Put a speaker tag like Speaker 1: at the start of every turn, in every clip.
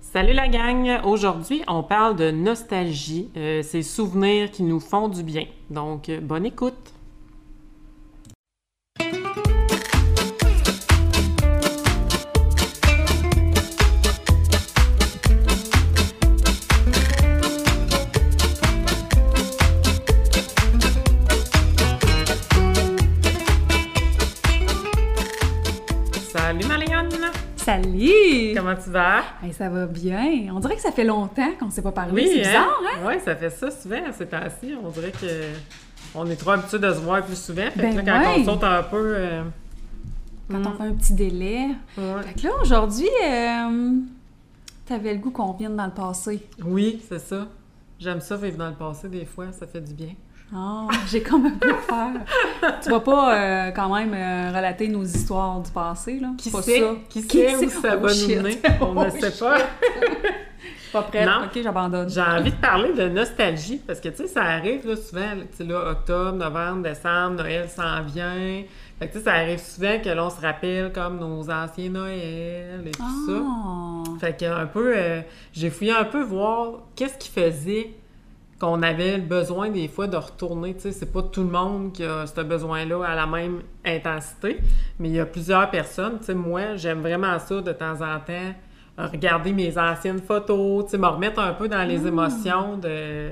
Speaker 1: Salut la gang! Aujourd'hui, on parle de nostalgie, euh, ces souvenirs qui nous font du bien. Donc, euh, bonne écoute! Salut Marianne!
Speaker 2: Salut!
Speaker 1: Comment tu vas?
Speaker 2: Hey, ça va bien. On dirait que ça fait longtemps qu'on ne s'est pas parlé. c'est
Speaker 1: hein?
Speaker 2: bizarre, hein?
Speaker 1: Oui, ça fait ça souvent ces temps-ci. On dirait que on est trop habitué de se voir plus souvent. Fait que
Speaker 2: Ben
Speaker 1: là, quand
Speaker 2: ouais.
Speaker 1: on saute un peu. euh,
Speaker 2: Quand
Speaker 1: Mm.
Speaker 2: on fait un petit délai.
Speaker 1: ouais.
Speaker 2: Fait que là, aujourd'hui, euh, t'avais le goût qu'on revienne dans le passé.
Speaker 1: Oui, c'est ça. J'aime ça vivre dans le passé des fois, ça fait du bien.
Speaker 2: Ah, j'ai comme un peu peur. tu vas pas euh, quand même euh, relater nos histoires du passé, là?
Speaker 1: Qui
Speaker 2: Pas
Speaker 1: sait?
Speaker 2: ça.
Speaker 1: Qui sait où ça
Speaker 2: Oh,
Speaker 1: va
Speaker 2: shit.
Speaker 1: nous mener? On ne
Speaker 2: Oh,
Speaker 1: sait
Speaker 2: shit.
Speaker 1: pas.
Speaker 2: Pas prête.
Speaker 1: Non.
Speaker 2: OK, j'abandonne.
Speaker 1: J'ai envie de parler de nostalgie parce que tu sais, ça arrive là, souvent, là, tu sais, là, octobre, novembre, décembre, Noël s'en vient. Fait que tu sais, ça arrive souvent que l'on se rappelle comme nos anciens Noël et tout ça.
Speaker 2: Ah.
Speaker 1: Fait que un peu, euh, j'ai fouillé un peu voir qu'est-ce qui faisait qu'on avait besoin des fois de retourner. Tu sais, c'est pas tout le monde qui a ce besoin-là à la même intensité, mais il y a plusieurs personnes. Tu sais, moi, j'aime vraiment ça de temps en temps, euh, regarder mes anciennes photos, tu sais, me remettre un peu dans les émotions de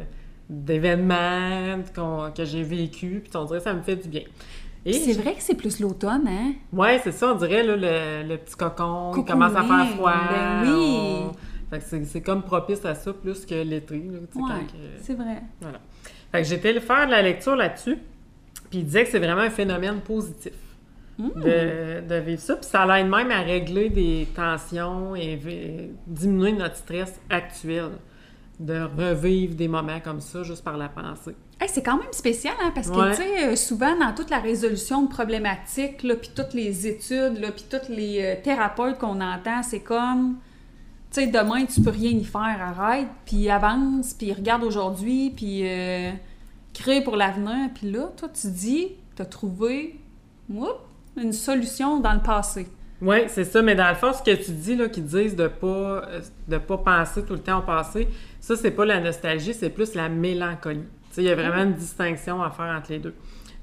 Speaker 1: d'événements qu'on- que j'ai vécu, puis on dirait que ça me fait du bien. Et
Speaker 2: Puis C'est vrai que c'est plus l'automne, hein?
Speaker 1: Ouais, c'est ça, on dirait, là, le, le petit cocon, il
Speaker 2: Coucou,
Speaker 1: commence à
Speaker 2: oui.
Speaker 1: faire froid.
Speaker 2: Ben oui.
Speaker 1: on- Fait que c'est- c'est comme propice à ça plus que l'été, là, tu sais,
Speaker 2: Ouais,
Speaker 1: quand que-
Speaker 2: c'est vrai.
Speaker 1: Voilà. Fait que j'étais allée faire de la lecture là-dessus, puis il disait que c'est vraiment un phénomène positif
Speaker 2: Mmh.
Speaker 1: de, de vivre ça, puis ça l'aide même à régler des tensions et vi- diminuer notre stress actuel, de revivre des moments comme ça juste par la pensée.
Speaker 2: Hey, c'est quand même spécial, hein, parce que,
Speaker 1: Ouais.
Speaker 2: tu sais, euh, souvent, dans toute la résolution de problématiques, là, puis toutes les études, là, puis tous les euh, thérapeutes qu'on entend, c'est comme, tu sais, demain, tu peux rien y faire, arrête, puis avance, puis regarde aujourd'hui, puis euh, crée pour l'avenir. Puis là, toi, tu dis, t'as trouvé, whoop, une solution dans le passé.
Speaker 1: Oui, c'est ça. Mais dans le fond, ce que tu dis, là, qu'ils disent de pas, euh, de pas penser tout le temps au passé, ça, c'est pas la nostalgie, c'est plus la mélancolie. Tu sais, il y a vraiment une distinction à faire entre les deux.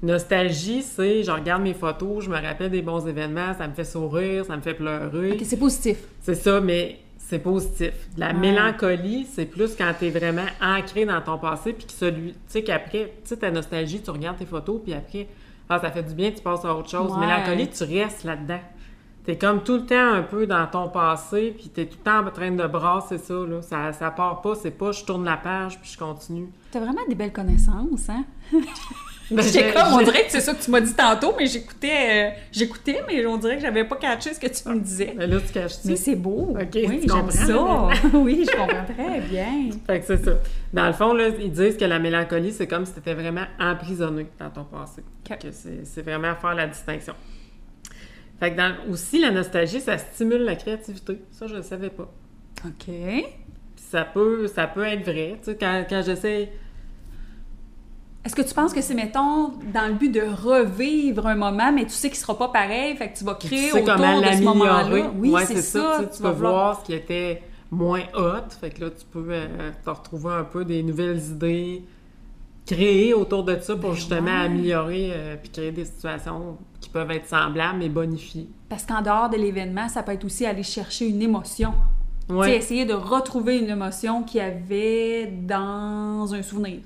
Speaker 1: Nostalgie, c'est je regarde mes photos, je me rappelle des bons événements, ça me fait sourire, ça me fait pleurer.
Speaker 2: OK, c'est positif.
Speaker 1: C'est ça, mais c'est positif. La
Speaker 2: Ouais.
Speaker 1: mélancolie, c'est plus quand t'es vraiment ancré dans ton passé, puis que celui, tu sais, qu'après, tu sais, ta nostalgie, tu regardes tes photos, puis après, ah, ça fait du bien, tu passes à autre chose.
Speaker 2: Ouais.
Speaker 1: Mélancolie, tu restes là-dedans. T'es comme tout le temps un peu dans ton passé, puis t'es tout le temps en train de brasser ça, là. Ça, ça part pas, c'est pas je tourne la page, puis je continue.
Speaker 2: T'as vraiment des belles connaissances, hein?
Speaker 1: Ben,
Speaker 2: J'étais
Speaker 1: j'ai-
Speaker 2: comme, on
Speaker 1: j'ai-
Speaker 2: dirait que c'est ça que tu m'as dit tantôt, mais j'écoutais, euh, j'écoutais, mais on dirait que j'avais pas catché ce que tu me disais.
Speaker 1: Ben là, tu caches-tu?
Speaker 2: Mais c'est beau.
Speaker 1: Ok,
Speaker 2: oui,
Speaker 1: tu
Speaker 2: j'aime ça.
Speaker 1: comprends.
Speaker 2: oui, je comprends très bien.
Speaker 1: Fait que c'est ça. Dans le fond, là, ils disent que la mélancolie, c'est comme si tu étais vraiment emprisonné dans ton passé.
Speaker 2: Ok.
Speaker 1: Que c'est c'est vraiment à faire la distinction. Fait que dans, aussi, la nostalgie, ça stimule la créativité. Ça, je ne savais pas.
Speaker 2: OK.
Speaker 1: Puis ça peut, ça peut être vrai. Tu sais, quand, quand j'essaie...
Speaker 2: Est-ce que tu penses que c'est, mettons, dans le but de revivre un moment, mais tu sais qu'il sera pas pareil, fait que tu vas
Speaker 1: tu
Speaker 2: créer
Speaker 1: sais
Speaker 2: autour
Speaker 1: comment
Speaker 2: de ce
Speaker 1: l'améliorer.
Speaker 2: moment-là? Oui,
Speaker 1: Ouais,
Speaker 2: c'est ça.
Speaker 1: Tu, sais, tu peux
Speaker 2: vas vouloir-
Speaker 1: voir ce qui était moins hot. Fait que là, tu peux euh, te retrouver un peu des nouvelles idées créées autour de ça pour
Speaker 2: Ben
Speaker 1: justement
Speaker 2: ouais.
Speaker 1: améliorer euh, puis créer des situations qui peuvent être semblables mais bonifiées.
Speaker 2: Parce qu'en dehors de l'événement, ça peut être aussi aller chercher une émotion. Tu sais,
Speaker 1: Ouais.
Speaker 2: essayer de retrouver une émotion qu'il y avait dans un souvenir.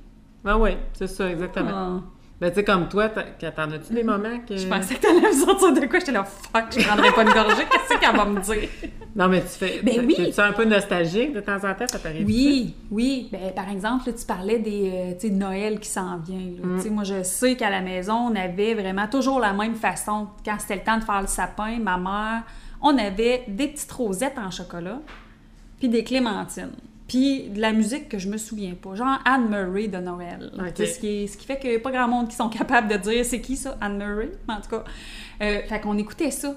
Speaker 1: Ah ouais, c'est ça, exactement.
Speaker 2: Ah. Mm.
Speaker 1: Ben, tu sais, comme toi, t'as- que- t'en as-tu des moments que.
Speaker 2: Je pensais que t'allais me sortir de quoi? J'étais là, fuck, je prendrais pas une gorgée. Qu'est-ce qu'elle va me dire?
Speaker 1: Non, mais tu fais.
Speaker 2: Ben
Speaker 1: tu-
Speaker 2: oui!
Speaker 1: Tu es un peu nostalgique de temps en temps, ça t'arrive.
Speaker 2: Oui, oui. Ben, par exemple, là, tu parlais des, euh, tu sais, de Noël qui s'en vient. là. Tu sais, Moi, je sais qu'à la maison, on avait vraiment toujours la même façon. Quand c'était le temps de faire le sapin, ma mère, on avait des petites rosettes en chocolat, puis des clémentines. Puis de la musique que je me souviens pas, genre Anne Murray de Noël.
Speaker 1: Ok.
Speaker 2: Tu sais, Ce, qui est- ce qui fait qu'il n'y a pas grand monde qui sont capables de dire c'est qui ça, Anne Murray, mais en tout cas. euh, fait qu'on écoutait ça.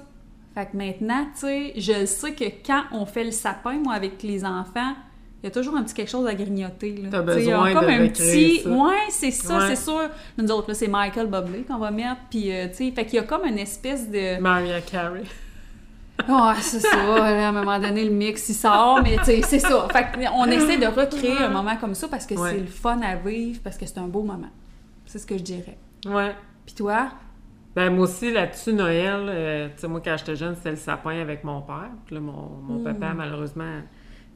Speaker 2: Fait que maintenant, tu sais, je sais que quand on fait le sapin, moi, avec les enfants, il y a toujours un petit quelque chose à grignoter. Là.
Speaker 1: T'as
Speaker 2: Tu sais, il y a
Speaker 1: besoin
Speaker 2: comme
Speaker 1: de
Speaker 2: un
Speaker 1: recréer
Speaker 2: petit.
Speaker 1: ça.
Speaker 2: Ouais, c'est ça,
Speaker 1: Ouais.
Speaker 2: c'est sûr. Nous autres, là, c'est Michael Bublé qu'on va mettre. Puis, euh, tu sais, fait qu'il y a comme une espèce de.
Speaker 1: Maria Carey.
Speaker 2: Ah, Ouais, c'est ça. là, à un moment donné, le mix, il sort, mais tu sais, c'est ça. Fait qu'on essaie de recréer un moment comme ça parce que
Speaker 1: Ouais.
Speaker 2: c'est le fun à vivre, parce que c'est un beau moment. C'est ce que je dirais.
Speaker 1: Ouais.
Speaker 2: Puis toi?
Speaker 1: Ben, moi aussi, là-dessus, Noël, euh, tu sais, moi, quand j'étais jeune, c'était le sapin avec mon père. Puis là, mon, mon papa, malheureusement,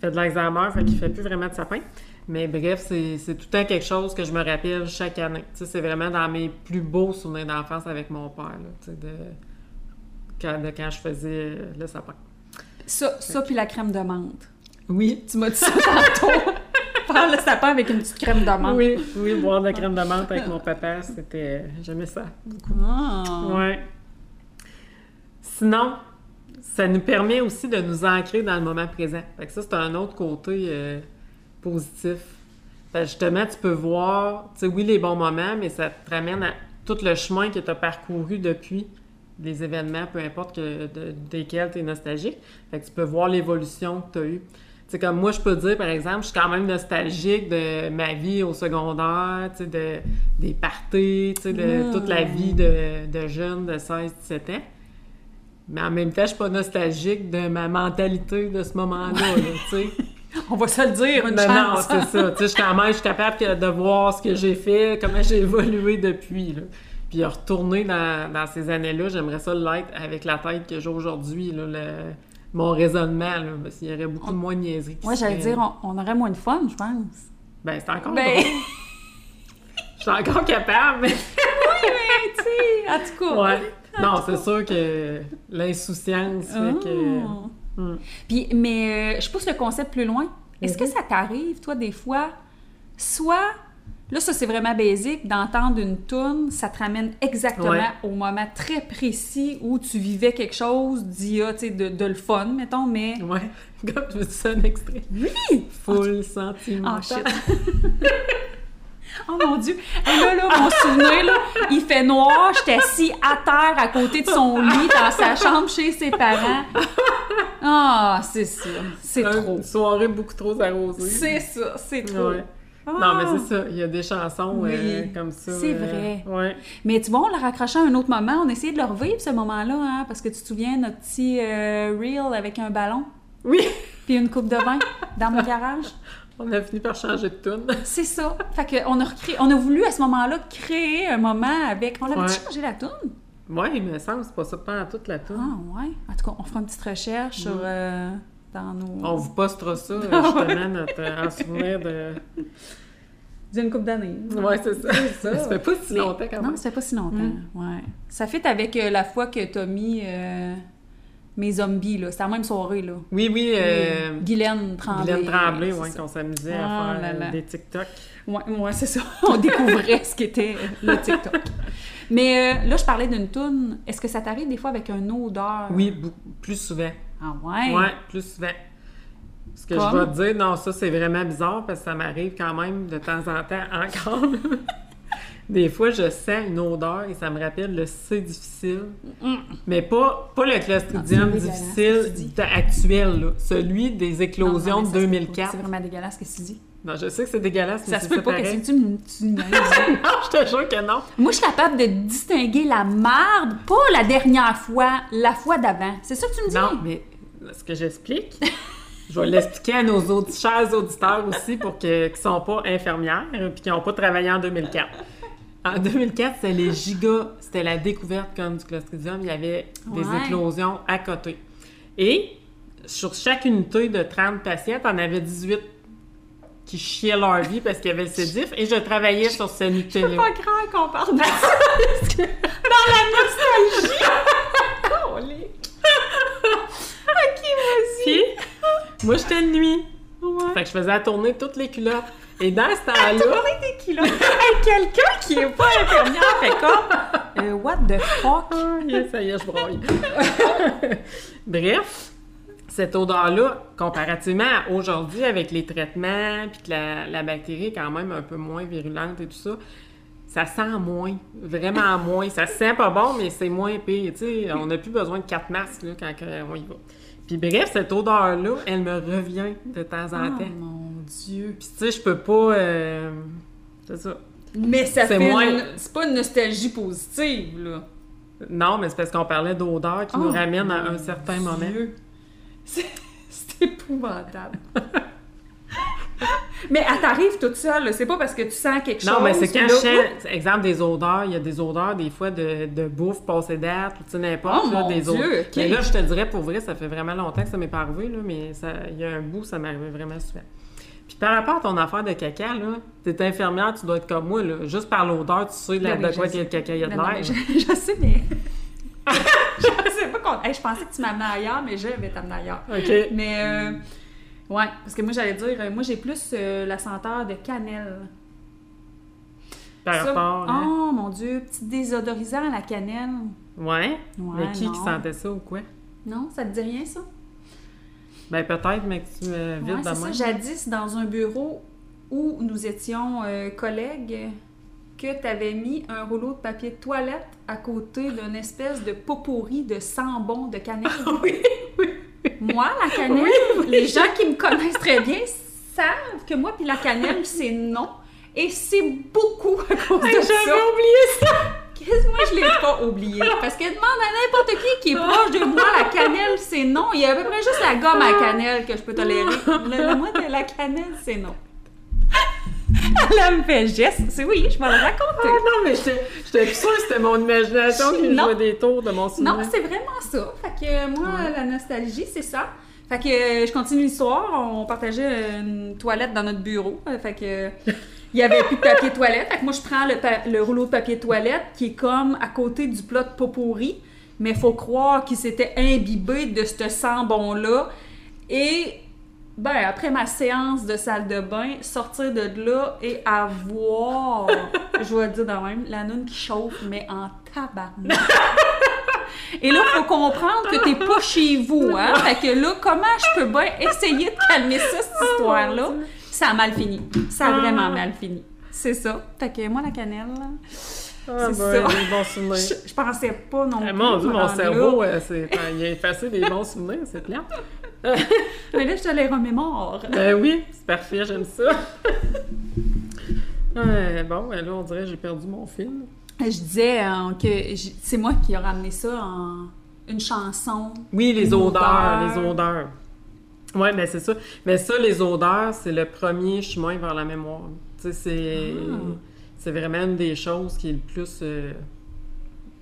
Speaker 1: fait de l'Alzheimer, fait qu'il fait plus vraiment de sapin. Mais bref, c'est c'est tout le temps quelque chose que je me rappelle chaque année. Tu sais, c'est vraiment dans mes plus beaux souvenirs d'enfance avec mon père, là, tu sais, de, quand, de quand je faisais le sapin.
Speaker 2: Ça, ça puis la crème de menthe.
Speaker 1: Oui.
Speaker 2: Tu m'as dit ça tantôt. Prendre le sapin avec une petite crème de menthe.
Speaker 1: Oui, oui, boire de la crème de menthe avec mon papa, c'était... J'aimais ça.
Speaker 2: Ah.
Speaker 1: Ouais. Sinon, ça nous permet aussi de nous ancrer dans le moment présent. Fait que ça, c'est un autre côté euh, positif. Fait que justement, tu peux voir, tu sais, oui, les bons moments, mais ça te ramène à tout le chemin que tu as parcouru depuis les événements, peu importe que, de- desquels tu es nostalgique. Fait que tu peux voir l'évolution que tu as eue. Tu sais, comme moi, je peux dire, par exemple, je suis quand même nostalgique de ma vie au secondaire, tu sais, de, des parties, tu sais, de
Speaker 2: Mm.
Speaker 1: toute la vie de, de jeune de 16-17 ans. Mais en même temps, je suis pas nostalgique de ma mentalité de ce moment-là, là, tu sais.
Speaker 2: On va se le dire, une
Speaker 1: Non, non,
Speaker 2: chance.
Speaker 1: c'est ça. Tu sais, je- quand même, je suis capable que- de voir ce que j'ai fait, comment j'ai évolué depuis. là. Puis retourner dans, dans ces années-là, j'aimerais ça l'être avec la tête que j'ai aujourd'hui, là, le- mon raisonnement. Là, parce qu'il y aurait beaucoup moins de niaiseries. qui
Speaker 2: Moi,
Speaker 1: se
Speaker 2: j'allais
Speaker 1: feraient.
Speaker 2: dire, on, on aurait moins de fun, je pense.
Speaker 1: Ben, c'est encore
Speaker 2: Ben,
Speaker 1: drôle. Je suis encore capable, mais...
Speaker 2: ben, tu sais, en tout cas.
Speaker 1: Ouais. Non, c'est sûr que l'insouciance fait que...
Speaker 2: Oh.
Speaker 1: Hmm.
Speaker 2: Puis, mais euh, je pousse le concept plus loin. Est-ce que
Speaker 1: Mhm.
Speaker 2: ça t'arrive, toi, des fois, soit, là, ça c'est vraiment basique, d'entendre une toune, ça te ramène exactement
Speaker 1: Ouais.
Speaker 2: au moment très précis où tu vivais quelque chose d'IA, tu sais, de, de le fun, mettons, mais.
Speaker 1: Ouais. Comme tu veux ça, un extrait.
Speaker 2: Mmh. Oui!
Speaker 1: Full sentiment.
Speaker 2: Ah,
Speaker 1: shit.
Speaker 2: Oh mon Dieu! Et là, là, mon souvenir, là, il fait noir, j'étais assis à terre à côté de son lit dans sa chambre chez ses parents. Ah, c'est ça. C'est
Speaker 1: Un-
Speaker 2: trop.
Speaker 1: Une soirée beaucoup trop arrosée.
Speaker 2: C'est ça, c'est trop.
Speaker 1: Ouais.
Speaker 2: Ah!
Speaker 1: Non, mais c'est ça. Il y a des chansons
Speaker 2: Oui.
Speaker 1: euh, comme ça.
Speaker 2: C'est
Speaker 1: euh,
Speaker 2: vrai.
Speaker 1: Ouais.
Speaker 2: Mais tu vois, on l'a raccroché à un autre moment, on essayait de le revivre ce moment-là, hein, parce que tu te souviens notre petit euh, reel avec un ballon
Speaker 1: Oui,
Speaker 2: puis une coupe de vin dans mon garage.
Speaker 1: on a fini par changer de tune.
Speaker 2: C'est ça. Fait que on a recréé, on a voulu à ce moment-là créer un moment avec. On l'avait
Speaker 1: Ouais.
Speaker 2: changé la tune.
Speaker 1: Ouais, il me semble, c'est pas ça pendant toute la
Speaker 2: Ah
Speaker 1: tune.
Speaker 2: ouais. En tout cas, on fera une petite recherche sur euh, dans nos.
Speaker 1: Mm. On vous postera ça, euh, justement, notre, euh, en souvenir de...
Speaker 2: D'une coupe d'années.
Speaker 1: Ouais, c'est ça. Ça fait pas si longtemps quand
Speaker 2: Non,
Speaker 1: même.
Speaker 2: ça fait pas si longtemps.
Speaker 1: Mm.
Speaker 2: Ouais. Ça fit avec euh, la fois que t'as mis euh, mes zombies là. C'était la même soirée là.
Speaker 1: Oui, oui, euh,
Speaker 2: Guylaine Tremblay.
Speaker 1: Guylaine Tremblay,
Speaker 2: c'est
Speaker 1: ouais,
Speaker 2: ça.
Speaker 1: qu'on s'amusait
Speaker 2: Ah
Speaker 1: à
Speaker 2: là
Speaker 1: faire euh,
Speaker 2: là.
Speaker 1: des TikTok.
Speaker 2: Ouais, ouais, c'est ça. On découvrait ce qu'était le TikTok. Mais euh, là, je parlais d'une toune. Est-ce que ça t'arrive des fois avec une odeur?
Speaker 1: Oui, beaucoup- plus souvent.
Speaker 2: Ah ouais?
Speaker 1: Ouais, plus souvent. Ce que
Speaker 2: Comme?
Speaker 1: je vais te dire, non, ça c'est vraiment bizarre parce que ça m'arrive quand même de temps en temps encore. Des fois, je sens une odeur et ça me rappelle le C difficile. Mais pas, pas le
Speaker 2: Non,
Speaker 1: clostridium
Speaker 2: c'est dégueulasse, ce que
Speaker 1: difficile
Speaker 2: tu dis.
Speaker 1: de- actuel, là. celui des
Speaker 2: Non, non,
Speaker 1: éclosions
Speaker 2: mais ça,
Speaker 1: de
Speaker 2: c'est-
Speaker 1: 2004.
Speaker 2: C'est vraiment dégueulasse ce que tu dis.
Speaker 1: Non, je sais que c'est dégueulasse, mais
Speaker 2: Ça se
Speaker 1: c'est
Speaker 2: peut pas que
Speaker 1: pareil.
Speaker 2: tu me- tu me
Speaker 1: non, je te jure que non.
Speaker 2: Moi, je suis capable de distinguer la marde, pas la dernière fois, la fois d'avant. C'est ça que tu me dis?
Speaker 1: Non, mais ce que j'explique, je vais l'expliquer à nos aud- chers auditeurs aussi pour que qui sont pas infirmières euh, puis qui n'ont pas travaillé en 2004. En 2004, c'était les gigas, c'était la découverte comme du clostridium, il y avait des
Speaker 2: Ouais.
Speaker 1: éclosions à côté. Et sur chaque unité de 30 patients, on avait 18 qui chiaient leur vie parce qu'il y avait le sédif et je travaillais sur cette unité-là.
Speaker 2: C'est pas grave qu'on parle de ça. parce que Dans la nostalgie. ok, vas-y.
Speaker 1: Puis, moi, j'étais de nuit. Fait que je faisais à tourner toutes les culottes. Et dans ce temps-là,
Speaker 2: Tourner des kilos. Hey, quelqu'un qui est pas infirmière fait comme. euh, what the fuck?
Speaker 1: Ah, yes, ça y est, je broille. Bref, cette odeur-là, comparativement à aujourd'hui avec les traitements, puis que la, la bactérie est quand même un peu moins virulente et tout ça, ça sent moins, vraiment moins. Ça sent pas bon, mais c'est moins pire. Tu sais, on n'a plus besoin de quatre masques là, quand euh, on y va. Puis bref, cette odeur-là, elle me revient de temps en temps.
Speaker 2: Ah, mon dieu.
Speaker 1: Puis tu sais, je peux pas... euh, C'est ça.
Speaker 2: Mais ça
Speaker 1: C'est
Speaker 2: fait.
Speaker 1: moins-
Speaker 2: une- C'est pas une nostalgie positive, là.
Speaker 1: Non, mais c'est parce qu'on parlait d'odeur qui
Speaker 2: Oh,
Speaker 1: nous ramène à
Speaker 2: mon
Speaker 1: un certain moment.
Speaker 2: Dieu. C'est c'est épouvantable. mais elle t'arrive toute seule, là. c'est pas parce que tu sens quelque chose.
Speaker 1: Non, mais c'est
Speaker 2: puis
Speaker 1: quand
Speaker 2: là,
Speaker 1: je sens- exemple, des odeurs, il y a des odeurs des fois de, de bouffe passée date, tu sais, n'importe
Speaker 2: Oh,
Speaker 1: là,
Speaker 2: mon
Speaker 1: des
Speaker 2: Dieu,
Speaker 1: odeurs.
Speaker 2: ok.
Speaker 1: Mais là, je te dirais, pour vrai, ça fait vraiment longtemps que ça m'est pas arrivé, là, mais ça, il y a un bout, ça m'arrivait vraiment souvent. Puis par rapport à ton affaire de caca, là, t'es infirmière, tu dois être comme moi, là. Juste par l'odeur, tu sais de, la-
Speaker 2: Ben oui,
Speaker 1: de
Speaker 2: je
Speaker 1: quoi
Speaker 2: sais.
Speaker 1: qu'il y a le caca, il y a de
Speaker 2: Non, non, mais
Speaker 1: l'air.
Speaker 2: je, je sais, mais. je sais pas qu'on. Hey, je pensais que tu m'amenais ailleurs, mais je vais t'amener ailleurs.
Speaker 1: OK.
Speaker 2: Mais. euh, ouais, parce que moi, j'allais dire, euh, moi, j'ai plus euh, la senteur de cannelle.
Speaker 1: Par
Speaker 2: Ça-
Speaker 1: rapport, hein.
Speaker 2: Oh mon Dieu, petit désodorisant à la cannelle.
Speaker 1: Ouais?
Speaker 2: Ouais,
Speaker 1: Mais qui qui
Speaker 2: non.
Speaker 1: sentait ça ou quoi?
Speaker 2: Non, ça te dit rien, ça?
Speaker 1: Ben peut-être, mais que tu me vides
Speaker 2: Ouais,
Speaker 1: euh, de
Speaker 2: c'est ça.
Speaker 1: moi.
Speaker 2: Jadis, dans un bureau où nous étions euh, collègues, que tu avais mis un rouleau de papier de toilette à côté d'une espèce de pot-pourri de sambon de cannelle.
Speaker 1: oui,
Speaker 2: moi, la cannelle, les gens qui me connaissent très bien savent que moi, puis la cannelle, c'est non. Et c'est beaucoup à cause de ça.
Speaker 1: j'avais oublié ça!
Speaker 2: Qu'est-ce moi je l'ai pas oublié? Parce que demande à n'importe qui qui est proche de moi Ah, la cannelle, c'est non. Il y a à peu près juste la gomme à cannelle que je peux tolérer. Le, le moi de la cannelle, c'est non. Là, elle me fait geste. C'est oui, je vais le
Speaker 1: Ah
Speaker 2: raconter.
Speaker 1: non, mais j'étais j'étais sûre que c'était mon imagination qui
Speaker 2: Non.
Speaker 1: jouait des tours de mon souvenir.
Speaker 2: Non, c'est vraiment ça. Fait que euh, moi, la nostalgie, c'est ça. Fait que euh, je continue l'histoire. On partageait une toilette dans notre bureau. Euh, Fait que euh, il y avait plus de papier toilette. Fait que moi, je prends le, pa- le rouleau de papier toilette qui est comme à côté du plat de pot pourri. Mais faut croire qu'il s'était imbibé de ce sambon-là. Et ben, après ma séance de salle de bain, sortir de là et avoir, je vais le dire de même, la noune qui chauffe, mais en tabarnak. Et là, faut comprendre que t'es pas chez vous, hein? Fait que là, comment je peux bien essayer de calmer ça,
Speaker 1: Oh
Speaker 2: cette histoire-là? Ça a mal fini. Ça a vraiment mal fini. C'est ça. Fait que moi, la cannelle, là,
Speaker 1: Ah,
Speaker 2: c'est
Speaker 1: ben,
Speaker 2: ça.
Speaker 1: des bons souvenirs.
Speaker 2: je, je pensais pas non plus.
Speaker 1: Ah, mon Dieu,
Speaker 2: me
Speaker 1: mon
Speaker 2: rendre là.
Speaker 1: cerveau, euh, c'est, enfin, il a effacé des bons souvenirs, c'est clair.
Speaker 2: Mais là, je te les remémore.
Speaker 1: Ben oui, c'est parfait, j'aime ça. Ouais, bon, ben là, on dirait que j'ai perdu mon film.
Speaker 2: Je disais euh, que j- c'est moi qui ai ramené ça en une chanson.
Speaker 1: Oui, les
Speaker 2: Une
Speaker 1: odeurs,
Speaker 2: odeur.
Speaker 1: les odeurs. Oui, mais c'est ça. Mais ça, les odeurs, c'est le premier chemin vers la mémoire. Tu sais, c'est, c'est vraiment une des choses qui est le plus euh,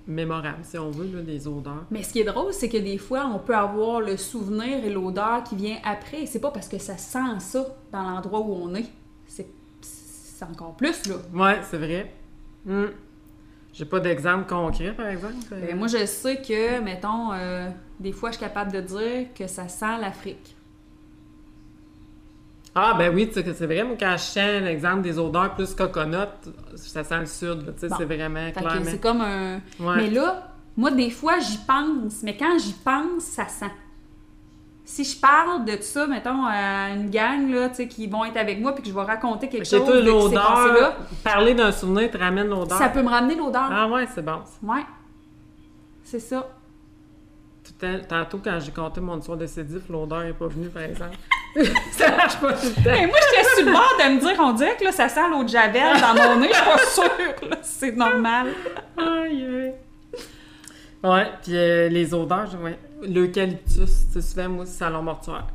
Speaker 1: mémorable, si on veut, là, des odeurs.
Speaker 2: Mais ce qui est drôle, c'est que des fois, on peut avoir le souvenir et l'odeur qui vient après. C'est pas parce que ça sent ça dans l'endroit où on est. C'est c'est encore plus, là.
Speaker 1: Ouais, c'est vrai. Hmm. J'ai pas d'exemple concret, par exemple.
Speaker 2: Ben, moi, je sais que, mettons, euh, des fois, je suis capable de dire que ça sent l'Afrique.
Speaker 1: Ah, ben oui, tu sais que c'est vrai. Moi, quand je sens l'exemple des odeurs plus coconut, ça sent le sud. là, Tu sais,
Speaker 2: Bon.
Speaker 1: c'est vraiment
Speaker 2: Fait que
Speaker 1: clairement.
Speaker 2: c'est comme un...
Speaker 1: Ouais.
Speaker 2: Mais là, moi, des fois, j'y pense. Mais quand j'y pense, ça sent. Si je parle de ça, mettons, à une gang, là, tu sais, qui vont être avec moi, puis que je vais raconter quelque
Speaker 1: C'est
Speaker 2: chose
Speaker 1: tout
Speaker 2: de qui s'est passé
Speaker 1: l'odeur.
Speaker 2: là,
Speaker 1: Parler d'un souvenir te ramène l'odeur.
Speaker 2: ça peut me ramener l'odeur.
Speaker 1: Ah ouais, c'est bon.
Speaker 2: Ouais. C'est ça.
Speaker 1: Tout le temps- tantôt, quand j'ai compté mon histoire de sédif, l'odeur n'est pas venue, par exemple. ça marche pas tout le temps.
Speaker 2: Et moi, j'étais sur le bord de me dire, on dirait que là, ça sent l'eau de Javel dans mon nez. Je suis pas sûre, là. C'est normal.
Speaker 1: Aïe, aïe. Ouais, puis euh, les odeurs, je- ouais. L'eucalyptus, c'est souvent, moi, c'est salon mortuaire.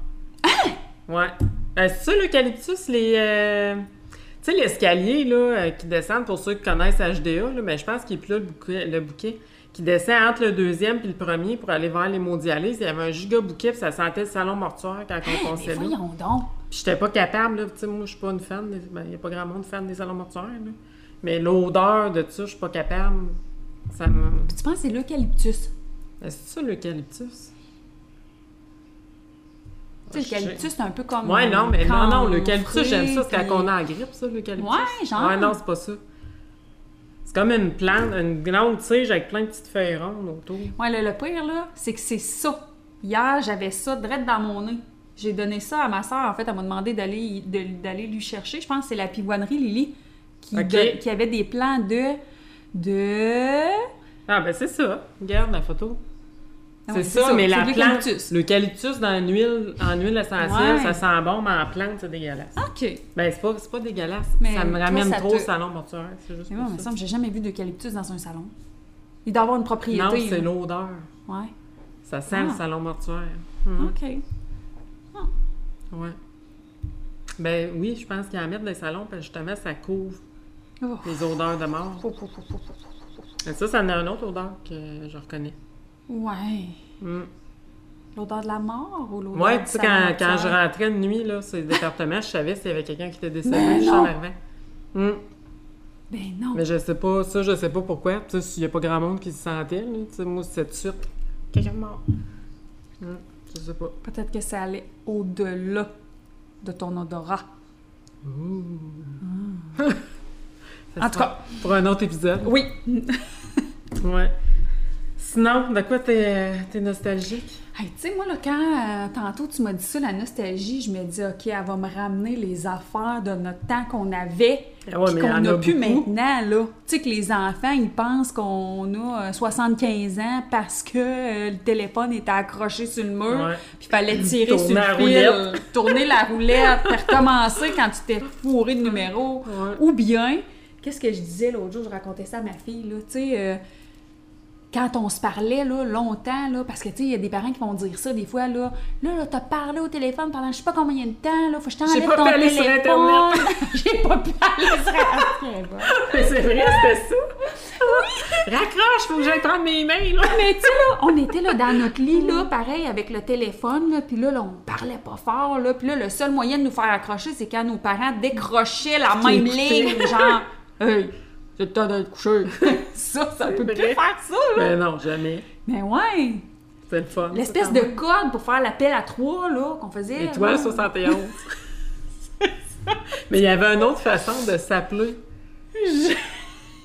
Speaker 2: Hein?
Speaker 1: Ouais. Euh, c'est ça, l'eucalyptus, les. euh, Tu sais, l'escalier, là, euh, qui descend, pour ceux qui connaissent HDA, là, mais je pense qu'il est plus là, le bouquet, le bouquet, qui descend entre le deuxième puis le premier pour aller vers les mondialistes. Il y avait un giga bouquet, puis ça sentait le salon mortuaire quand on
Speaker 2: Hein? Mais
Speaker 1: pensait là.
Speaker 2: voyons donc.
Speaker 1: Puis j'étais pas capable, là. Tu sais, moi, je suis pas une fan. Il n'y a pas grand monde fan des salons mortuaires, là. Mais l'odeur de ça, je suis pas capable. Ça me.
Speaker 2: Puis tu penses que c'est l'eucalyptus.
Speaker 1: Est-ce que c'est ça, l'eucalyptus?
Speaker 2: Tu sais, l'eucalyptus, c'est un peu comme.
Speaker 1: Ouais, non, mais non, non,
Speaker 2: le
Speaker 1: l'eucalyptus, j'aime ça. C'est quand on a la grippe, ça, l'eucalyptus.
Speaker 2: Ouais, genre.
Speaker 1: Ouais, non, c'est pas ça. C'est comme une plante, une grande tige avec plein de petites feuilles rondes autour.
Speaker 2: Ouais, le, le pire, là, c'est que c'est ça. Hier, j'avais ça direct dans mon nez. J'ai donné ça à ma soeur. En fait, elle m'a demandé d'aller de- d'aller lui chercher. Je pense que c'est la pivoinerie Lily qui,
Speaker 1: Ok.
Speaker 2: don- qui avait des plans de. de.
Speaker 1: Ah, ben c'est ça. Regarde la photo.
Speaker 2: Ah
Speaker 1: C'est
Speaker 2: ouais,
Speaker 1: ça, mais
Speaker 2: c'est
Speaker 1: la
Speaker 2: de
Speaker 1: plante,
Speaker 2: l'eucalyptus.
Speaker 1: l'eucalyptus dans une huile, en huile essentielle,
Speaker 2: Ouais. Ah,
Speaker 1: ça sent bon, mais en plante, c'est dégueulasse.
Speaker 2: OK.
Speaker 1: Ben, c'est pas, c'est pas dégueulasse.
Speaker 2: Mais
Speaker 1: ça me
Speaker 2: toi,
Speaker 1: ramène
Speaker 2: ça
Speaker 1: trop
Speaker 2: te-
Speaker 1: au salon mortuaire. C'est juste
Speaker 2: Mais moi,
Speaker 1: pour
Speaker 2: il me
Speaker 1: ça.
Speaker 2: semble que j'ai jamais vu d'eucalyptus dans un salon. Il doit avoir une propriété.
Speaker 1: Non, c'est
Speaker 2: là.
Speaker 1: l'odeur.
Speaker 2: Ouais.
Speaker 1: Ça sent le
Speaker 2: Ah.
Speaker 1: salon mortuaire. Mhm.
Speaker 2: OK.
Speaker 1: Ouais. Ben oui, je pense qu'il y en mettre dans les salons parce que justement, ça couvre
Speaker 2: Oh.
Speaker 1: les odeurs de mort. Mais ça, ça en a une autre odeur que je reconnais.
Speaker 2: Ouais.
Speaker 1: Mm.
Speaker 2: L'odeur de la mort ou l'odeur
Speaker 1: Ouais,
Speaker 2: du
Speaker 1: tu sais,
Speaker 2: salon
Speaker 1: quand, quand je
Speaker 2: mortuaire?
Speaker 1: rentrais de nuit, là, sur les départements, je savais s'il y avait quelqu'un qui était décédé
Speaker 2: Mais
Speaker 1: juste
Speaker 2: non!
Speaker 1: en arrivant. Mm.
Speaker 2: Ben non.
Speaker 1: Mais je sais pas, ça, je sais pas pourquoi. Tu sais, s'il y a pas grand monde qui se sentait, là, tu sais, moi, c'est tout de suite quelqu'un de mort. Mm. Je sais pas.
Speaker 2: Peut-être que ça allait au-delà de ton odorat.
Speaker 1: Ça
Speaker 2: En tout
Speaker 1: sera Pour un autre épisode.
Speaker 2: Oui.
Speaker 1: Ouais. Sinon, de quoi t'es t'es nostalgique?
Speaker 2: Hey, tu sais, moi, là, quand euh, tantôt tu m'as dit ça, la nostalgie, je me dis, OK, elle va me ramener les affaires de notre temps qu'on avait,
Speaker 1: Ah ouais, mais
Speaker 2: puis
Speaker 1: il y
Speaker 2: qu'on
Speaker 1: en
Speaker 2: n'a
Speaker 1: a
Speaker 2: plus
Speaker 1: beaucoup.
Speaker 2: maintenant, là. Tu sais, que les enfants, ils pensent qu'on a euh, 75 ans parce que euh, le téléphone était accroché sur le mur,
Speaker 1: Ouais.
Speaker 2: puis il fallait tirer
Speaker 1: Tourner
Speaker 2: sur le
Speaker 1: la
Speaker 2: fil,
Speaker 1: roulette.
Speaker 2: euh, tourner la roulette, puis recommencer quand tu t'es fourré de numéro.
Speaker 1: Ouais.
Speaker 2: Ou bien, qu'est-ce que je disais l'autre jour, je racontais ça à ma fille, là, tu sais... euh, quand on se parlait là, longtemps, là, parce que tu sais, il y a des parents qui vont dire ça des fois, là, là, là t'as parlé au téléphone pendant je sais pas combien de temps, là, faut que je
Speaker 1: J'ai
Speaker 2: t'enlève
Speaker 1: pas
Speaker 2: ton
Speaker 1: pu aller sur
Speaker 2: téléphone. J'ai pas pu aller sur Internet.
Speaker 1: Mais c'est vrai, c'était ça. Raccroche, faut que j'aille prendre mes mails, là.
Speaker 2: Mais tu sais, là, on était là dans notre lit, là, pareil, avec le téléphone, là, puis là, là, on parlait pas fort, là, puis là, le seul moyen de nous faire accrocher, c'est quand nos parents décrochaient la même
Speaker 1: écoutait.
Speaker 2: ligne, genre, hey, c'est le temps d'être couché. ça, ça peut
Speaker 1: vrai. Ben.
Speaker 2: plus faire ça, là.
Speaker 1: Mais non, jamais.
Speaker 2: Mais ouais!
Speaker 1: C'était le fun.
Speaker 2: L'espèce de code pour faire l'appel à trois, là, qu'on faisait.
Speaker 1: Étoile
Speaker 2: là.
Speaker 1: 71. mais il y avait une autre façon de s'appeler.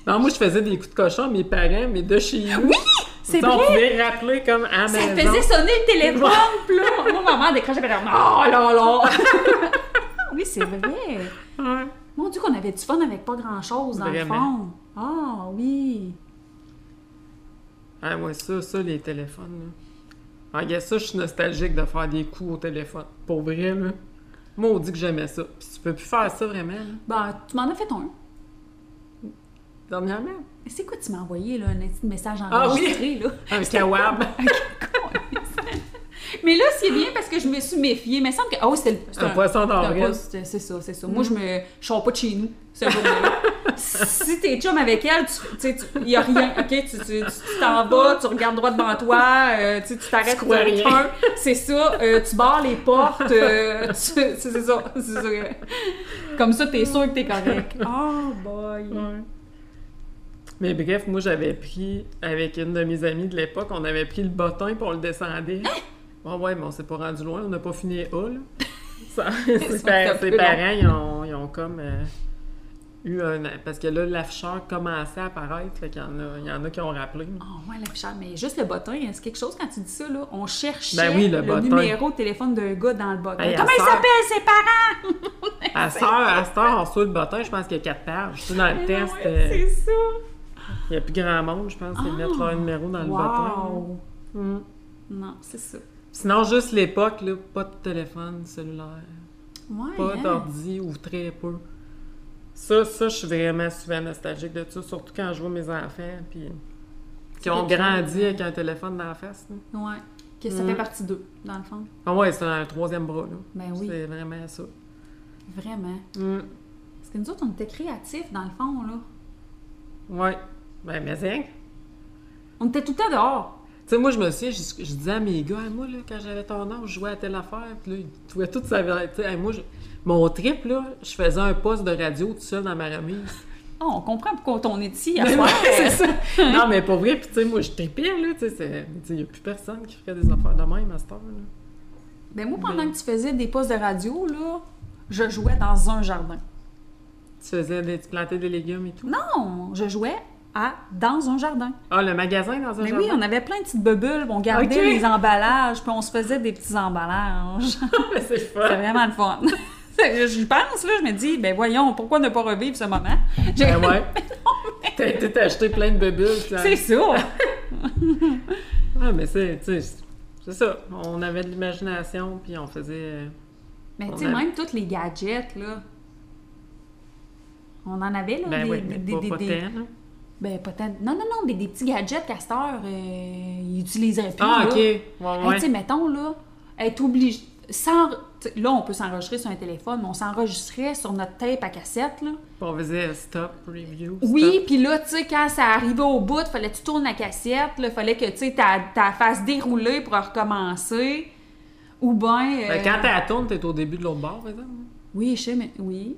Speaker 1: Non, moi, je faisais des coups de cochon à mes parents, mais de chez nous.
Speaker 2: Ah Oui! C'est
Speaker 1: Ça, On
Speaker 2: vrai!
Speaker 1: pouvait rappeler comme à la
Speaker 2: Ça
Speaker 1: maison.
Speaker 2: faisait sonner le téléphone, puis là, moi, maman décrochait, puis elle disait «
Speaker 1: Ah,
Speaker 2: Oh là là! » Ah Oui, c'est vrai!
Speaker 1: Ouais.
Speaker 2: Mon Dieu, qu'on avait du fun avec pas grand-chose, dans le
Speaker 1: Vraiment.
Speaker 2: fond. Ah, oui!
Speaker 1: Ah, ouais, ça, ça, les téléphones, là. Ah, regarde, ça, je suis nostalgique de faire des coups au téléphone. Pour vrai, là. Moi, on dit que j'aimais ça. Puis tu peux plus faire ça, vraiment, là.
Speaker 2: Ben, tu m'en as fait un.
Speaker 1: Dernièrement.
Speaker 2: Mais C'est quoi que tu m'as envoyé, là, un petit message
Speaker 1: Ah oui!
Speaker 2: enregistré, là?
Speaker 1: Un kawab.
Speaker 2: Mais là, c'est bien parce que je me suis méfiée. Mais il semble que. Oh, c'est le. c'est
Speaker 1: Un poisson
Speaker 2: c'est un
Speaker 1: d'avril.
Speaker 2: poisson, C'est c'est ça, c'est ça. Moi, je me. Je sors pas de chez nous, ce jour-là. si t'es chum avec elle, tu sais, tu- il y a rien. OK, tu tu- tu t'en vas, tu regardes droit devant toi, euh, tu sais, tu t'arrêtes,
Speaker 1: Tu crois
Speaker 2: tu
Speaker 1: rien.
Speaker 2: un, C'est ça. euh, tu barres les portes. euh, tu- c'est c'est ça. c'est ça. Comme ça, t'es sûr que t'es correct. Oh, boy.
Speaker 1: Ouais. Mais bref, moi j'avais pris, avec une de mes amies de l'époque, on avait pris le bottin puis on le descendait. Bon, ouais, mais on s'est pas rendu loin, on n'a pas fini A, là. Ça- ses,
Speaker 2: sont
Speaker 1: par-
Speaker 2: un
Speaker 1: ses
Speaker 2: peu
Speaker 1: parents, ils ont, ils ont comme euh, eu un. Parce que là, l'afficheur commençait à apparaître, fait qu'il y en a, il y en a qui ont rappelé.
Speaker 2: Oh, ouais, l'affichage. Mais juste le bottin, hein, c'est quelque chose quand tu dis ça, là. On cherchait
Speaker 1: Ben oui, le
Speaker 2: le,
Speaker 1: bottin.
Speaker 2: numéro de téléphone d'un gars dans le bottin.
Speaker 1: Hey,
Speaker 2: Comment
Speaker 1: à
Speaker 2: il
Speaker 1: soeur.
Speaker 2: s'appelle, ses parents?
Speaker 1: À cette heure, à cette heure, on reçoit le bottin, je pense qu'il y a quatre pages. Tu sais, dans le
Speaker 2: Mais
Speaker 1: test,
Speaker 2: Ben ouais,
Speaker 1: euh,
Speaker 2: c'est ça.
Speaker 1: il n'y a plus grand monde, je pense, qui
Speaker 2: Ah.
Speaker 1: mettent leur numéro dans le bottin.
Speaker 2: Wow.
Speaker 1: là. Mm.
Speaker 2: Non, c'est ça.
Speaker 1: Sinon, juste l'époque, là, pas de téléphone cellulaire.
Speaker 2: Ouais,
Speaker 1: pas
Speaker 2: hein.
Speaker 1: d'ordi ou très peu. Ça, ça, je suis vraiment souvent nostalgique de ça, surtout quand je vois mes enfants puis qui ont
Speaker 2: quelque
Speaker 1: grandi
Speaker 2: chose.
Speaker 1: avec un téléphone dans la face. là.
Speaker 2: Ouais. Que ça
Speaker 1: Mm.
Speaker 2: fait partie d'eux, dans le fond.
Speaker 1: Ah ouais, c'est un troisième bras, là.
Speaker 2: Ben oui,
Speaker 1: C'est vraiment ça.
Speaker 2: vraiment.
Speaker 1: Mm.
Speaker 2: Parce que nous autres, on était créatifs, dans le fond, là.
Speaker 1: Ouais. Ben, mais c'est rien que-
Speaker 2: On était tout le temps dehors.
Speaker 1: Tu sais, moi, je me souviens, je, je disais à mes gars, Hey, moi, là, quand j'avais ton âge, je jouais à telle affaire. Puis là, ils trouvaient tout ça. Tu sais, Hey, moi, je- mon trip, là, je faisais un poste de radio tout seul dans ma remise.
Speaker 2: Oh, on comprend pourquoi on est ici à
Speaker 1: Mais
Speaker 2: soir.
Speaker 1: Ben ouais, c'est ça. Non, mais pour vrai, puis tu sais, moi, je tripais, là, tu sais, c'est- tu sais, il n'y a plus personne qui ferait des affaires de même à cette heure, là.
Speaker 2: Ben moi, pendant que tu faisais des postes de radio, là, je jouais dans un jardin.
Speaker 1: Tu faisais des... Tu plantais des légumes et tout.
Speaker 2: Non, je jouais à dans un jardin.
Speaker 1: Ah, le magasin dans un
Speaker 2: Mais oui,
Speaker 1: jardin?
Speaker 2: on avait plein de petites bubules, on gardait
Speaker 1: Ok.
Speaker 2: les emballages, puis on se faisait des petits emballages.
Speaker 1: Mais c'est
Speaker 2: C'est
Speaker 1: fun!
Speaker 2: vraiment le fun. je je pense, là, je me dis, ben voyons, pourquoi ne pas revivre ce moment? J'ai-
Speaker 1: Ben ouais. T'as été t'acheter plein de bubules, tu sais.
Speaker 2: C'est ça!
Speaker 1: Ah, mais c'est, tu sais, c'est- c'est ça. On avait de l'imagination, puis on faisait... euh,
Speaker 2: Mais
Speaker 1: On
Speaker 2: tu sais,
Speaker 1: avait-
Speaker 2: même tous les gadgets, là. On en avait, là,
Speaker 1: Ben
Speaker 2: des,
Speaker 1: oui,
Speaker 2: des-
Speaker 1: ben mais
Speaker 2: des-
Speaker 1: pas,
Speaker 2: des-
Speaker 1: pas
Speaker 2: des-
Speaker 1: tant, là.
Speaker 2: Ben, peut-être. Non, non, non, mais des petits gadgets, Castor, euh, ils utiliseraient plus.
Speaker 1: Ah,
Speaker 2: là.
Speaker 1: ok. Ouais,
Speaker 2: Hey,
Speaker 1: ouais.
Speaker 2: tu sais, mettons, là, être obligé. Sans... t'sais, Là, on peut s'enregistrer sur un téléphone, mais on s'enregistrait sur notre tape à cassette, là.
Speaker 1: On faisait euh, stop, review.
Speaker 2: Oui, puis là, tu sais, quand ça arrivait au bout, fallait que tu tournes la cassette, là, fallait que, tu sais, ta, ta face déroulée pour recommencer. Ou ben...
Speaker 1: stop. Ben,
Speaker 2: euh,
Speaker 1: quand t'es à tourne, t'es au début de l'autre bord, par exemple.
Speaker 2: Oui, je sais, mais... Oui.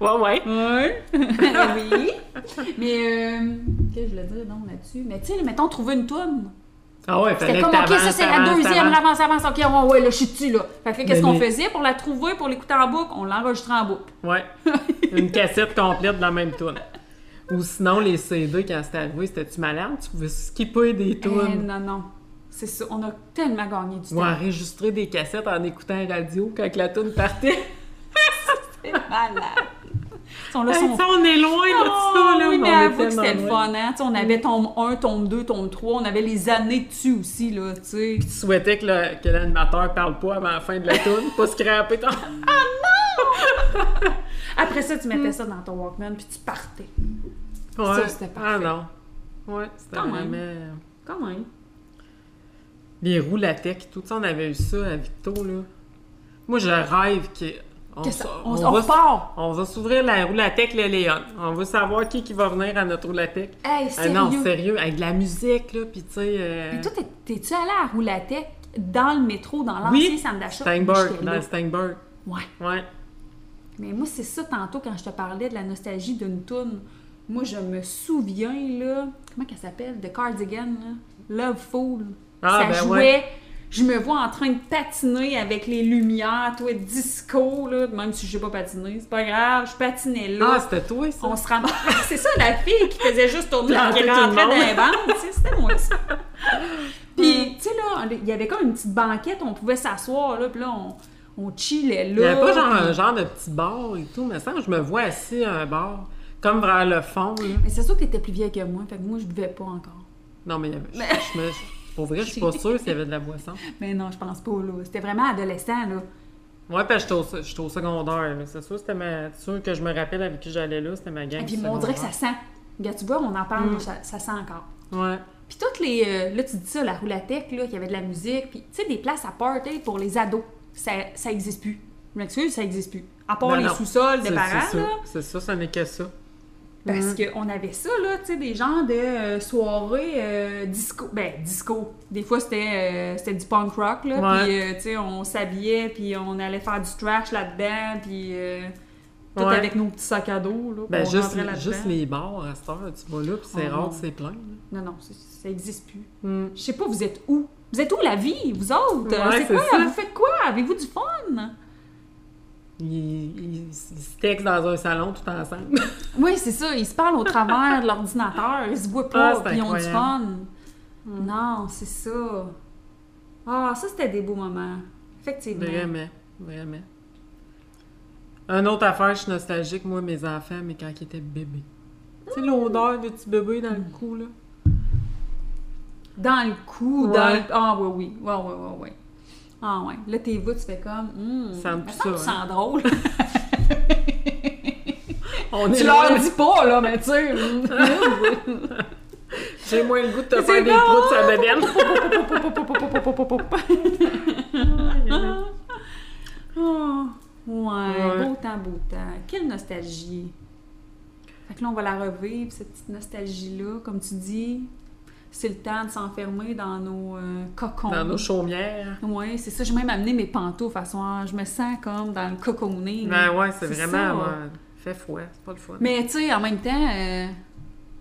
Speaker 1: Ouais, ouais.
Speaker 2: oui. Mais, euh... Qu'est-ce que je voulais dire, donc, là-dessus? Mais, tu sais, mettons, trouver une toune.
Speaker 1: Ah ouais, fallait
Speaker 2: C'était
Speaker 1: que
Speaker 2: comme, OK, ça,
Speaker 1: t'avances,
Speaker 2: c'est la
Speaker 1: t'avances,
Speaker 2: deuxième,
Speaker 1: t'avances.
Speaker 2: avance, avance, OK, ouais, ouais, là, je suis dessus, là. Fait que, qu'est-ce
Speaker 1: Mais-
Speaker 2: qu'on
Speaker 1: mais-
Speaker 2: faisait pour la trouver, pour l'écouter en boucle? On l'enregistrait en boucle.
Speaker 1: Ouais. Une cassette complète de la même tune. Ou sinon, les CD, quand c'était arrivé, c'était-tu malade? Tu pouvais skipper des
Speaker 2: Eh,
Speaker 1: tunes.
Speaker 2: non, non. C'est ça, on a tellement gagné du
Speaker 1: Ou
Speaker 2: temps.
Speaker 1: enregistrer des cassettes en écoutant la radio quand la tune partait.
Speaker 2: C'est malade. Ils sont là,
Speaker 1: Hey,
Speaker 2: sont Ah Oh,
Speaker 1: ça, on est loin de ça, là.
Speaker 2: oui, mais
Speaker 1: on est
Speaker 2: avoue que c'était
Speaker 1: tellement
Speaker 2: le
Speaker 1: loin.
Speaker 2: fun, hein. Tu sais, on
Speaker 1: Mm.
Speaker 2: avait tombe 1, tombe 2, tombe 3. On avait les années dessus aussi, là, tu sais.
Speaker 1: Tu souhaitais que le- que l'animateur parle pas avant la fin de la tune, pas scraper ton...
Speaker 2: Après ça, tu
Speaker 1: Mm.
Speaker 2: mettais ça dans ton Walkman, puis tu partais.
Speaker 1: Ouais.
Speaker 2: Ça, c'était
Speaker 1: Ah
Speaker 2: parfait.
Speaker 1: non. Ouais, c'était
Speaker 2: Quand même.
Speaker 1: vraiment... euh,
Speaker 2: Quand même.
Speaker 1: Les roues latex, tout ça, on avait eu ça à Victo, là. Moi, je rêve qu'on
Speaker 2: Que ça-
Speaker 1: s-
Speaker 2: on,
Speaker 1: on
Speaker 2: on
Speaker 1: va s-
Speaker 2: repart.
Speaker 1: On va s'ouvrir la roue latex, le Léon. On va savoir qui, qui va venir à notre roue latex.
Speaker 2: Hey,
Speaker 1: Ah
Speaker 2: sérieux.
Speaker 1: non, sérieux, avec de la musique, là, pis tu sais... euh,
Speaker 2: Mais toi, t'es- t'es-tu allé à Roulatec dans le métro, dans l'ancien
Speaker 1: Oui,
Speaker 2: centre d'achat?
Speaker 1: Steinberg,
Speaker 2: J'étais
Speaker 1: dans
Speaker 2: là.
Speaker 1: Steinberg.
Speaker 2: Ouais.
Speaker 1: Ouais.
Speaker 2: Mais moi, c'est ça tantôt quand je te parlais de la nostalgie d'une toune. Moi, je me souviens, là, comment qu'elle s'appelle? The Cardigan, là. Love Fool.
Speaker 1: Ah,
Speaker 2: ça
Speaker 1: ben
Speaker 2: jouait.
Speaker 1: ouais.
Speaker 2: Je me vois en train de patiner avec les lumières, toi, disco, là. Même si je sais pas patiner, c'est pas grave, je patinais
Speaker 1: Ah,
Speaker 2: là.
Speaker 1: c'était toi, ça?
Speaker 2: on se ramasse. c'est ça, la fille qui faisait juste tourner la
Speaker 1: Planter
Speaker 2: qui
Speaker 1: tout le
Speaker 2: rentrait dans
Speaker 1: monde. Mm.
Speaker 2: les bandes, tu sais, c'était moi ça. Puis, tu sais, là, il y avait comme une petite banquette, on pouvait s'asseoir, là, puis là, on, on chillait là.
Speaker 1: Il n'y avait pas genre
Speaker 2: puis-
Speaker 1: un genre de petit bar et tout, mais ça, je me vois assis à un bar, comme vers le fond, là.
Speaker 2: Mais c'est sûr que t'étais plus vieille que moi, fait que moi, je buvais pas encore.
Speaker 1: Non, mais il y avait... je- je me- je- Pour vrai, je suis pas sûre s'il y avait de la boisson.
Speaker 2: Mais non, je pense pas, là. C'était vraiment adolescent, là.
Speaker 1: Ouais, parce que j'étais au, j'étais au secondaire, là. C'est sûr, c'était ma... sûr que je me rappelle avec qui j'allais là, c'était ma gang.
Speaker 2: Et puis,
Speaker 1: du
Speaker 2: on dirait que ça
Speaker 1: secondaire.
Speaker 2: sent. Regarde, tu vois, on en
Speaker 1: Mm.
Speaker 2: parle, ça, ça sent encore.
Speaker 1: Ouais.
Speaker 2: Puis toutes les... euh, là, tu dis ça, la roulatec, là, qu'il y avait de la musique. Puis, tu sais, des places à party pour les ados. Ça, ça existe plus. Je m'excuse, ça existe plus. À part
Speaker 1: Non,
Speaker 2: les
Speaker 1: non.
Speaker 2: sous-sols
Speaker 1: C'est-
Speaker 2: des
Speaker 1: c'est
Speaker 2: parents,
Speaker 1: ça.
Speaker 2: là.
Speaker 1: C'est ça, ça n'est que ça.
Speaker 2: Parce
Speaker 1: Mm.
Speaker 2: qu'on avait ça, là, tu sais, des genres de euh, soirées euh, disco. Ben, disco. Des fois, c'était euh, c'était du punk rock, là.
Speaker 1: Ouais.
Speaker 2: Puis, euh, tu sais, on s'habillait, puis on allait faire du trash là-dedans, puis euh, tout
Speaker 1: Ouais.
Speaker 2: avec nos petits sacs à dos, là.
Speaker 1: Ben,
Speaker 2: qu'on
Speaker 1: juste,
Speaker 2: rentrait là-dedans.
Speaker 1: juste les bars à cette heure, tu vas là, puis c'est
Speaker 2: Oh. Hmm.
Speaker 1: rare que c'est plein. là.
Speaker 2: Non, non, ça- ça existe plus.
Speaker 1: Mm.
Speaker 2: Je sais pas, vous êtes où? Vous êtes où, la vie, vous autres?
Speaker 1: Ouais,
Speaker 2: c'est
Speaker 1: c'est
Speaker 2: quoi?
Speaker 1: ça.
Speaker 2: Vous faites quoi? Avez-vous du fun?
Speaker 1: Ils, ils- ils se textent dans un salon tout ensemble.
Speaker 2: Oui, c'est ça. Ils se parlent au travers de l'ordinateur. Ils se voient
Speaker 1: Ah,
Speaker 2: pas,
Speaker 1: c'est
Speaker 2: puis ils ont du fun.
Speaker 1: incroyable. Hmm.
Speaker 2: Non, c'est ça. Ah, ça, c'était des beaux moments. Effectivement.
Speaker 1: Vraiment, vraiment. Un autre affaire, je suis nostalgique, moi, mes enfants, mais quand ils étaient bébés. Tu sais, l'odeur de petit bébé dans le cou, là.
Speaker 2: Dans le cou,
Speaker 1: Ouais.
Speaker 2: dans le... Ah, oui, oui. Ouais, ouais, ouais, ouais. Ah, ouais. Là, t'es vous, tu fais comme... Hmm,
Speaker 1: Ça me
Speaker 2: me
Speaker 1: pue
Speaker 2: semble
Speaker 1: ça, hein.
Speaker 2: que sent drôle.
Speaker 1: On
Speaker 2: tu
Speaker 1: est
Speaker 2: leur
Speaker 1: loin.
Speaker 2: dis pas, là, mais tu sais... hmm.
Speaker 1: J'ai moins le goût de te
Speaker 2: C'est
Speaker 1: faire des
Speaker 2: bon.
Speaker 1: trous de sa bedaine.
Speaker 2: Oh, ouais,
Speaker 1: Ouais.
Speaker 2: Ah, beau temps, beau temps. Quelle nostalgie. Fait que là, on va la revivre, cette petite nostalgie-là. Comme tu dis, c'est le temps de s'enfermer dans nos euh, cocons.
Speaker 1: Dans nos chaumières.
Speaker 2: Ouais, c'est ça. J'ai même amené mes pantoufles à soir. Je me sens comme dans le cocooning.
Speaker 1: Ben ouais, c'est
Speaker 2: C'est
Speaker 1: vraiment...
Speaker 2: ça.
Speaker 1: ouais, fait fouet, c'est pas le fun.
Speaker 2: Mais tu sais, en même temps, euh,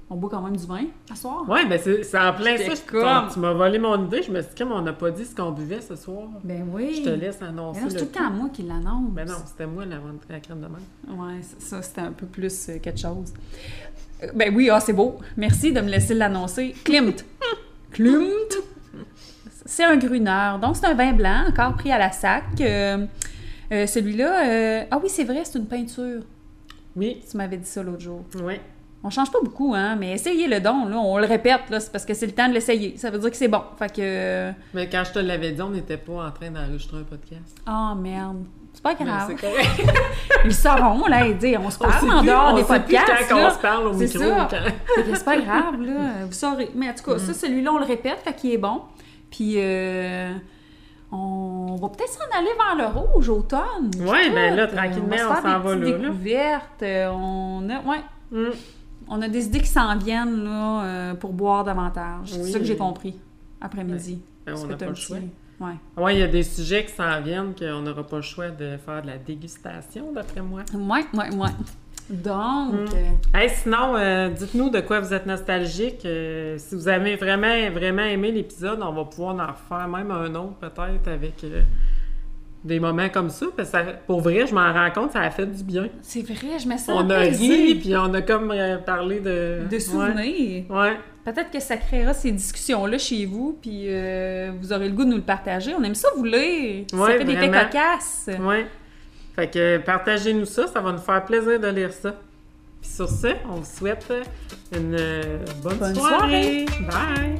Speaker 2: on boit quand même du vin à soir.
Speaker 1: Ouais, ben c'est c'est en plein
Speaker 2: J'étais
Speaker 1: ça. je-
Speaker 2: comme-
Speaker 1: Tu m'as volé mon idée. Je me suis dit, comme on n'a pas dit ce qu'on buvait ce soir,
Speaker 2: Ben oui.
Speaker 1: je te laisse
Speaker 2: Mais
Speaker 1: annoncer.
Speaker 2: non, c'est tout le temps moi qui l'annonce.
Speaker 1: Ben non, c'était moi la, la crème de menthe.
Speaker 2: Ouais, c- ça, c'était un peu plus euh, quelque chose. Euh, Ben oui, ah, c'est beau. Merci de me laisser l'annoncer. Klimt. Klimt. C'est un gruneur. Donc, c'est un vin blanc, encore pris à la sac. Euh, euh, Celui-là, euh, ah oui, c'est vrai, c'est une peinture.
Speaker 1: Oui,
Speaker 2: Tu m'avais dit ça l'autre jour.
Speaker 1: oui.
Speaker 2: On change pas beaucoup, hein, mais essayez le don, là. On le répète, là, c'est parce que c'est le temps de l'essayer. Ça veut dire que c'est bon. Fait que. euh,
Speaker 1: Mais quand je te l'avais dit, on n'était pas en train d'enregistrer un podcast.
Speaker 2: Ah, merde. C'est pas
Speaker 1: Mais
Speaker 2: grave.
Speaker 1: c'est correct.
Speaker 2: Ils sauront, là, et dire, on se
Speaker 1: On sait
Speaker 2: parle en
Speaker 1: plus-
Speaker 2: dehors
Speaker 1: on
Speaker 2: des
Speaker 1: sait plus
Speaker 2: podcasts.
Speaker 1: quand
Speaker 2: là.
Speaker 1: on se parle au
Speaker 2: C'est
Speaker 1: micro.
Speaker 2: ça.
Speaker 1: quand-
Speaker 2: Fait que c'est pas grave, là. Vous saurez. Mais en tout
Speaker 1: Mm.
Speaker 2: cas, ça, celui-là, on le répète, fait qu'il est bon. Puis, euh, on va peut-être s'en aller vers le rouge, automne. puis
Speaker 1: Ouais,
Speaker 2: tout.
Speaker 1: ben là,
Speaker 2: Euh,
Speaker 1: tranquillement,
Speaker 2: se
Speaker 1: on
Speaker 2: faire
Speaker 1: s'en
Speaker 2: des
Speaker 1: va
Speaker 2: petites
Speaker 1: là, là.
Speaker 2: découvertes. Euh, On a, ouais,
Speaker 1: Mm.
Speaker 2: on a des idées qui s'en viennent, là, euh, pour boire davantage. C'est
Speaker 1: Oui.
Speaker 2: ça que j'ai compris, après-midi.
Speaker 1: Ben,
Speaker 2: Parce
Speaker 1: on
Speaker 2: que
Speaker 1: n'a pas
Speaker 2: t'as un
Speaker 1: le
Speaker 2: petit-
Speaker 1: choix.
Speaker 2: Ouais.
Speaker 1: Oui, il y a des sujets qui s'en viennent qu'on n'aura pas le choix de faire de la dégustation, d'après moi.
Speaker 2: Ouais, ouais, ouais. Donc,
Speaker 1: Mm.
Speaker 2: euh,
Speaker 1: Hey, sinon, euh, dites-nous de quoi vous êtes nostalgique. Euh, si vous avez vraiment, vraiment aimé l'épisode, on va pouvoir en refaire même un autre peut-être avec euh, des moments comme ça. Parce que ça- pour vrai, je m'en rends compte, ça a fait du bien.
Speaker 2: c'est vrai, je me sens
Speaker 1: On a
Speaker 2: apaisée
Speaker 1: ri, puis on a comme euh, parlé de...
Speaker 2: de souvenirs.
Speaker 1: Ouais. Ouais.
Speaker 2: Peut-être que ça créera ces discussions-là chez vous, puis euh, vous aurez le goût de nous le partager. On aime ça vous lire. ça
Speaker 1: Ouais,
Speaker 2: fait des faits
Speaker 1: vraiment.
Speaker 2: cocasses.
Speaker 1: ouais. Fait que euh, partagez-nous ça, ça va nous faire plaisir de lire ça. Puis sur ce, on vous souhaite une euh, bonne,
Speaker 2: Bonne
Speaker 1: soirée. Bye!